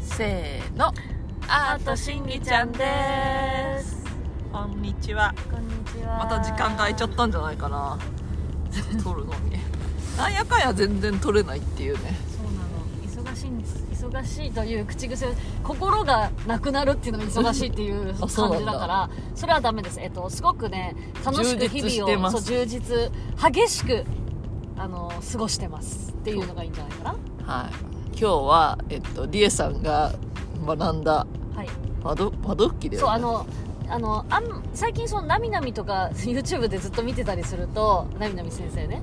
せーのアートしんぎちゃんですこんにちはこんにちはまた時間が空いちゃったんじゃないかな撮るのになんやかんや全然撮れないっていうねそうなの忙しいんです忙しいという口癖心がなくなるっていうのが忙しいっていう あ感そうなんだじだからそれはダメですえっとすごくね楽しく充実日して々まをすそう充実激しくあの過ごしてますっていうのがいいんじゃないかはい今日はえっとリエさんが学んだなはい窓窓拭きだよ、ね、そうあのあのあん最近そのなみなみとか YouTube でずっと見てたりするとなみなみ先生ね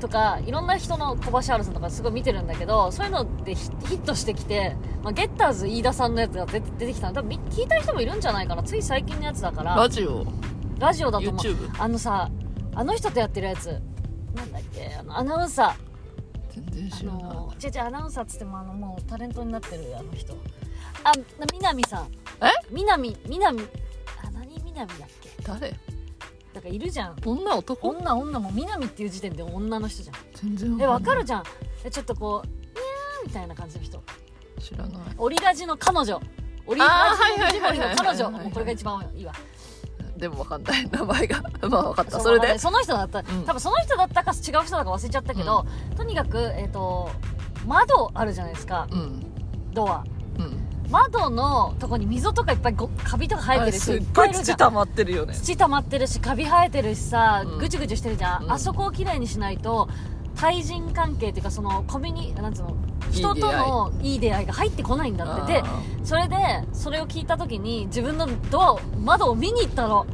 とかいろんな人の小橋春さんとかすごい見てるんだけどそういうのでヒヒットしてきて、まあ、ゲッターズ飯田さんのやつが出て出てきたの多分み聞いた人もいるんじゃないかなつい最近のやつだからラジオラジオだと思う YouTube あのさあの人とやってるやつなんだっけあのアナウンサー全然あ知らない、の違う違うアナウンサーっつってもあのもうタレントになってるあの人あなみなみさんえみなみみなみあ何みなみだっけ誰だからいるじゃん女男女女もみなみっていう時点で女の人じゃん全然えわかるるじゃんえちょっとこうにゃーみたいな感じの人知らないオリラジの彼女オリラあジーの藤森のはいはいはいはいは彼い女もうこれが一番いいわでもわかんない名前が まあわかったうそれわかんなでいその人だった、ん多分その人だったか違う人だか忘れちゃったけど、とにかくえっ、と窓あるじゃないですかうんドアうん窓のとこに溝とかいっぱいごカビとか生えてあれる人すいっっごぱいいいるじ土ゃん溜まってるよね土溜まってるしカビ生えてるしさ、うんぐちゅぐちゅしてるじゃん、うんあそこをきれいにしないと対人関係っていうかそのコミュニなんつうのいい出人会いとのいい出会いが入ってこないんだってであそれでそれを聞いた時に自分のドアを窓を見に行っ たの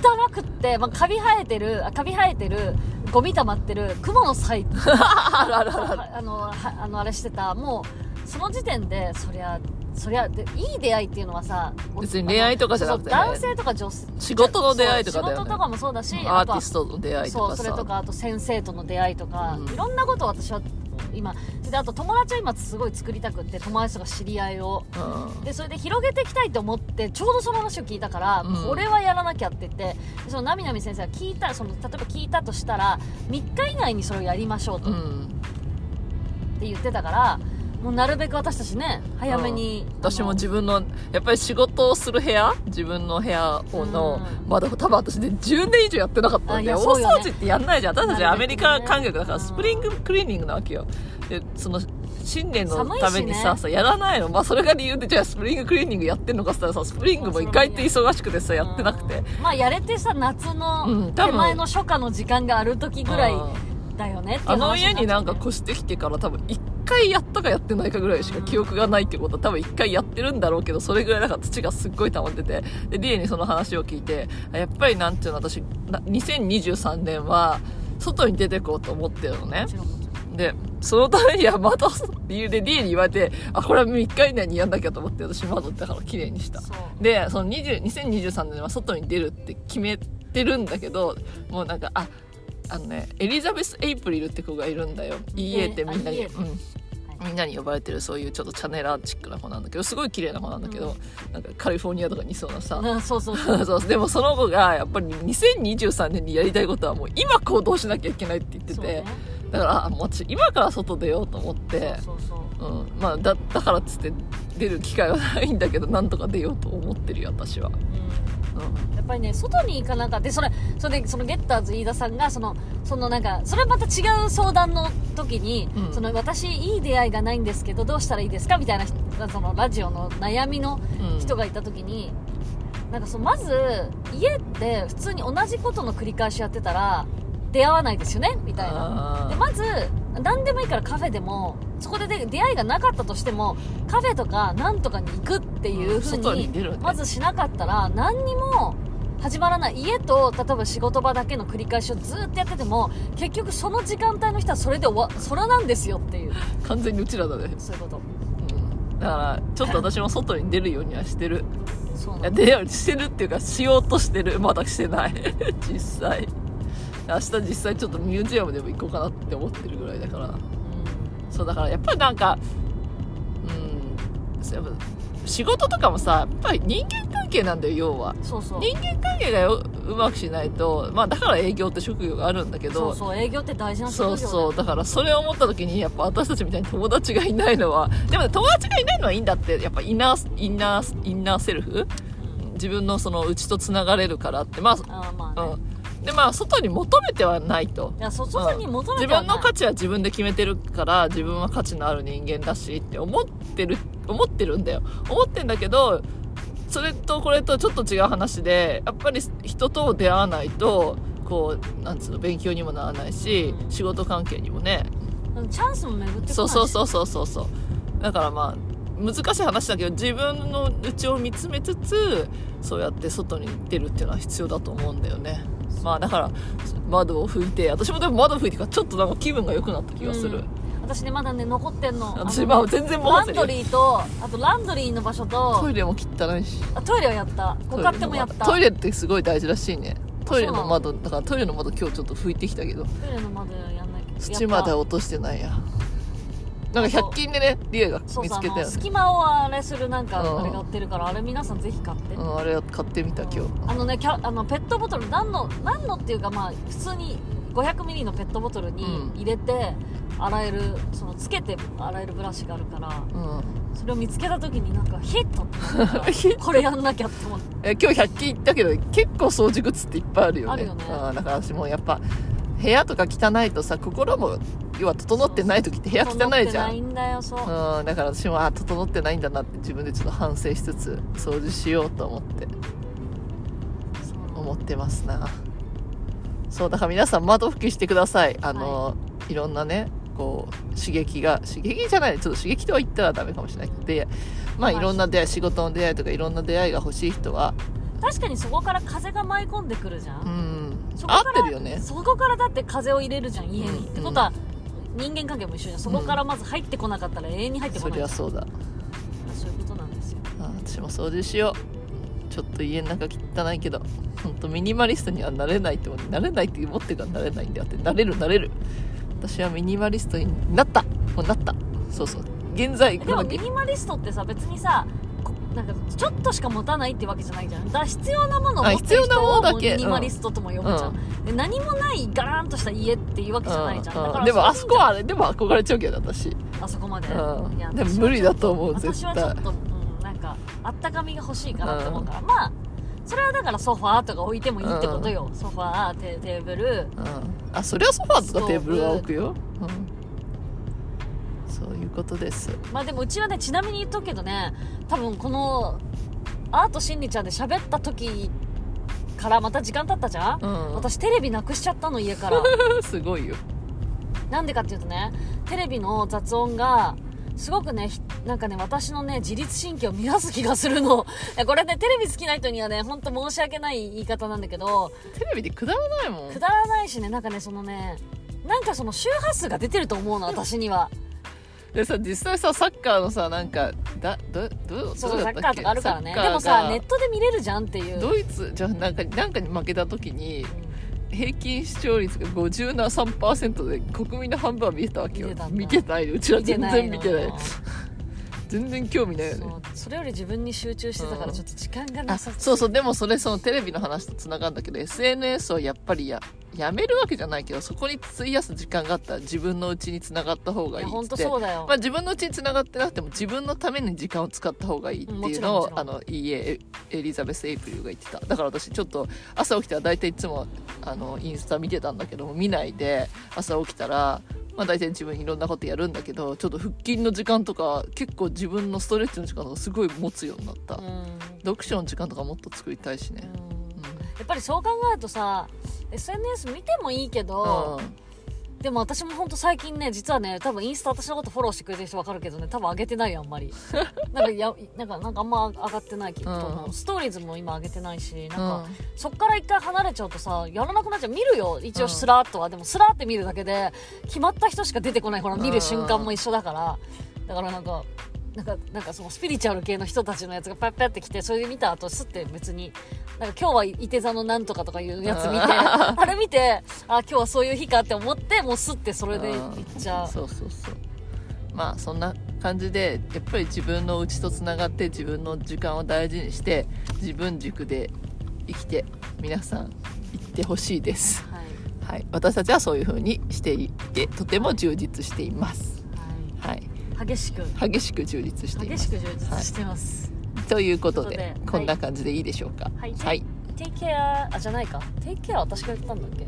汚くって、まあ、カビ生えてるあカビ生えてるゴミ溜まってる雲の咲いて ーあららららあのはあのあれしてたもうその時点でそりゃそりゃでいい出会いっていうのはさ別に恋愛とかじゃなくてねそうそう男性とか女性仕事の出会いとかだよねそう仕事とかもそうだしアあーとティはストの出会いとそかさうそれとかあと先生との出会いとか、うんいろんなことを私は今であと友達を今すごい作りたくって友達とか知り合いをうんでそれで広げていきたいと思ってちょうどその話を聞いたから、うんこれはやらなきゃって言ってそのなみなみ先生が聞いたその例えば聞いたとしたら3日以内にそれをやりましょうと、うっんて言ってたからもうなるべく私たちね早めに、私もあの自分のやっぱり仕事をする部屋自分の部屋をの、うんまだ多分私ね10年以上やってなかったんで、あいや大そうよね掃除ってやんないじゃん私たちアメリカ観客だかうらんスプリングクリーニングなわけよでその新年のために寒さ,、いしねさやらないの、まあ、それが理由でじゃあスプリングクリーニングやってんのかって言ったらさスプリングも意外と忙しくてさやってなくて、うんまあやれてさ夏うのん多手分前の初夏の時間がある時ぐらいうんだよねっていうあ話の家になんかになっちゃうね越してきてから多分一回やったかやってないかぐらいしか記憶がないってことは多分一回やってるんだろうけどそれぐらいなんか土がすっごい溜まっててでリエにその話を聞いてあやっぱりなんていうの私な2023年は外に出てこうと思ってるのねもちろんもちろんでそのためには窓理由でリエに言われてあこれは3日以内にやんなきゃと思って私窓だから綺麗にしたそうでその20 2023年は外に出るって決めてるんだけどもうなんかああのねエリザベス・エイプリルって子がいるんだよ EA ってみんなに、あ EA うんみんなに呼ばれてるそういうちょっとチャネラーチックな子なんだけどすごい綺麗な子なんだけど、なんかカリフォルニアとかにいそうなさ、 うんそうそうそうそうでもその子がやっぱり2023年にやりたいことはもう今行動しなきゃいけないって言ってて、そうねだからあもう私今から外出ようと思ってそうそうそううんまあ、だだからっつって出る機会はないんだけどなんとか出ようと思ってるよ私は、うんうん、やっぱりね外に行かなかったそれそれでそのゲッターズ飯田さんがそのそのなんかそれはまた違う相談の時に、うんその私いい出会いがないんですけどどうしたらいいですかみたいな人そのラジオの悩みのうん人がいた時に、なんかそのまず家って普通に同じことの繰り返しやってたら出会わないですよねみたいなあでーまず何でもいいからカフェでもそこでで出会いがなかったとしてもカフェとかなんとかに行くっていうふう外にに出るねまずしなかったら何にも始まらない家と例えば仕事場だけの繰り返しをずっとやってても結局その時間帯の人はそれで終わそれなんですよっていう完全にうちらだね、そういうことうん、だからちょっと私も外に出るようにはして るそういなやん出るようにしてるっていうかしようとしてるまだしてない 実際明日実際ちょっとミュージアムでも行こうかなって思ってるぐらいだからそうだからやっぱりなんかうんやっぱ仕事とかもさ、やっぱり人間関係なんだよ、要は。そうそう人間関係がようまくしないと、まあだから営業って職業があるんだけそど、うそう営業って大事なそう職業だよそう。だから、それを思った時に、やっぱ私たちみたいに友達がいないのは、でもね友達がいないのはいいんだって、やっぱインナー、インナー、インナーセルフうん自分のその、うちと繋がれるからって、まあーまあ、あね、うん。で、まあ、外に求めてはないと。いやそ外に求め自ては分ないの価値は自分で決めてるから、自分は価値のある人間だしって思ってる、思ってるんだよ。思ってんだけど、それとこれとちょっと違う話で、やっぱり人と出会わないと、こう、なんつうの、勉強にもならないし、うん仕事関係にもね、うんチャンスも巡ってこないしそうそうそうそうそうそうだからまあ難しい話だけど自分の内を見つめつつそうやって外に出るっていうのは必要だと思うんだよねまあだから窓を拭いて私もでも窓拭いてからちょっとなんか気分が良くなった気がする、うん私ねまだね残ってんの私あの今全然戻ラせンなドいリーとあとランドリーの場所トイとレも汚いしあトイレはやったご勝手もやったトイレってすごい大事らしいねトイレのそ窓だからトイレの窓今日ちょっと拭いてきたけどトイレの窓やんないけど土までやっ落としてないやなんか100均でねリエがたそう見そつうあけたのよね隙間をあれするなんかうんあれが売ってるからあれ皆さんぜひ買ってうんあれを買ってみた今日あのねキャあのペットボトル何の何のっていうかまあ普通に500ミリのペットボトルにうん入れて洗える、そのつけて洗えるブラシがあるからうんそれを見つけた時になんかヒットってなっ たヒッからこれやんなきゃって思ってえ今日100均行ったけど結構掃除グッズっていっぱいあるよねあるよねあーだから私もうやっぱ部屋とか汚いとさ心も要は整ってない時って部屋汚いじゃ整ってないんんだよそう、うん、だから私もあー整ってないんだなって自分でちょっと反省しつつ掃除しようと思ってそう思ってますなそうだから皆さん窓拭きしてくださいあの、い、ろんなねこう刺激が刺激じゃないちょっと刺激とは言ったらダメかもしれないけどでまあはいいろんな出会い仕事の出会いとかいろんな出会いが欲しい人は確かにそこから風が舞い込んでくるじゃん、うんそこ合かっらてるよねそこからだって風を入れるじゃん家に、うんってことは人間関係も一緒じゃんそこからまず入ってこなかったら永遠に入ってこそなりいじゃゃんそうだそういうことなんですよあ私も掃除しようちょっと家の中汚いけどほんとミニマリストにはなれないって思ってなれないって思ってからなれないんだよってなれるなれる私はミニマリストになったもうなったそうそう現在でなもんだミっけニマリストってさ別にさこなんかちょっとしか持たないってわけじゃないじゃんだから必要なものを持ってるあ必要なもの人だをけミニマリストとも呼ぶじゃん、で何もないガランとした家っていうわけじゃないじゃん、うんだうんからでもあそこはああれでも憧れちゃうけど私、あそこまで、いやうん、でも私は無理だと思う私絶は対ちょっと、うん、なんかあったかみが欲しいかなと思うから、まあそれはだからソファーとか置いてもいいってことよ、ソファーテテーブルうん、あそりゃソファーとかテーブルは置くよ、うん、そういうことですまあでもうちはねちなみに言っとくけどね多分このアートしんりちゃんで喋った時からまた時間経ったじゃん、うん 私テレビなくしちゃったの家から すごいよなんでかっていうとねテレビの雑音がすごくねひなんかね私のね自律神経を乱す気がするの いやこれねテレビ好きな人にはねほんと申し訳ない言い方なんだけどテレビでくだらないもんくだらないしねなんかねそのねなんかその周波数が出てると思うの私 にはでさ実際さサッカーのさなんかだどどうそどううだっサッたカっーけとかあるからねサッカーでがもさネットで見れるじゃんっていうドイツじゃあなんかなんかに負けた時にうん平均視聴率が53%で国民の半分は見てたわけよ見てたんだ見てないうちら見て全ない然の見てない全然興味ないよねそうそれより自分に集中してたかうらんちょっと時間があなさそうそうでもそれそのテレビの話とつながるんだけど SNS をやっぱりややめるわけじゃないけどそこに費やす時間があったら自分のうちにつながった方がいいやっ本て当そうだよ、まあ、自分のうちにつながってなくても自分のために時間を使った方がいいっていうのうをんもちろんもちろんあのいいえエエリザベス・エイプリルが言ってただから私ちょっと朝起きたら大体いつもあのインスタ見てたんだけども見ないで朝起きたら、まあ、大体自分いろんなことやるんだけどちょっと腹筋の時間とか結構自分のストレッチの時間とかすごい持つようになった、うんうん読書の時間とかもっと作りたいしね、やっぱりそう考えるとさ SNS 見てもいいけうんど、でも私も本当最近ね実はね多分インスタ私のことフォローしてくれてる人分かるけどね多分上げてないよあ んまりなんかやなんかなんかあんま上がってないきっと思う、うんストーリーズも今上げてないしなんうんか、そっから一回離れちゃうとさやらなくなっちゃう見るよ一応スラーっとは、でもスラーって見るだけで決まった人しか出てこないほら見る瞬間も一緒だから、だからなんかなんかなんかそのスピリチュアル系の人たちのやつがパッパッってきてそれで見た後すって別になんか今日はいて座のなんとかとかいうやつ 見てあれ見てあ今日はそういう日かって思ってもうすってそれでいっちゃうそうそうそうまあそんな感じでやっぱり自分の内とつながって自分の時間を大事にして自分軸で生きて皆さん行ってほしいです、はいはい、私たちはそういう風にしていてとても充実しています、はい、はい激しく激しく充実していま激すしく充実してます、ということでということでこんな感じでいいでしょうかはいはい、 Take care あじゃないか Take care は私が言ったんだっけ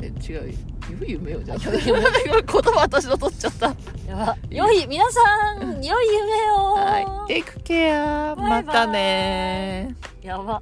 え違う良い夢をじゃなくて今 言葉私の取っちゃったやば良い皆さん良い夢を、はい、テイクケアバイバまイたねーやば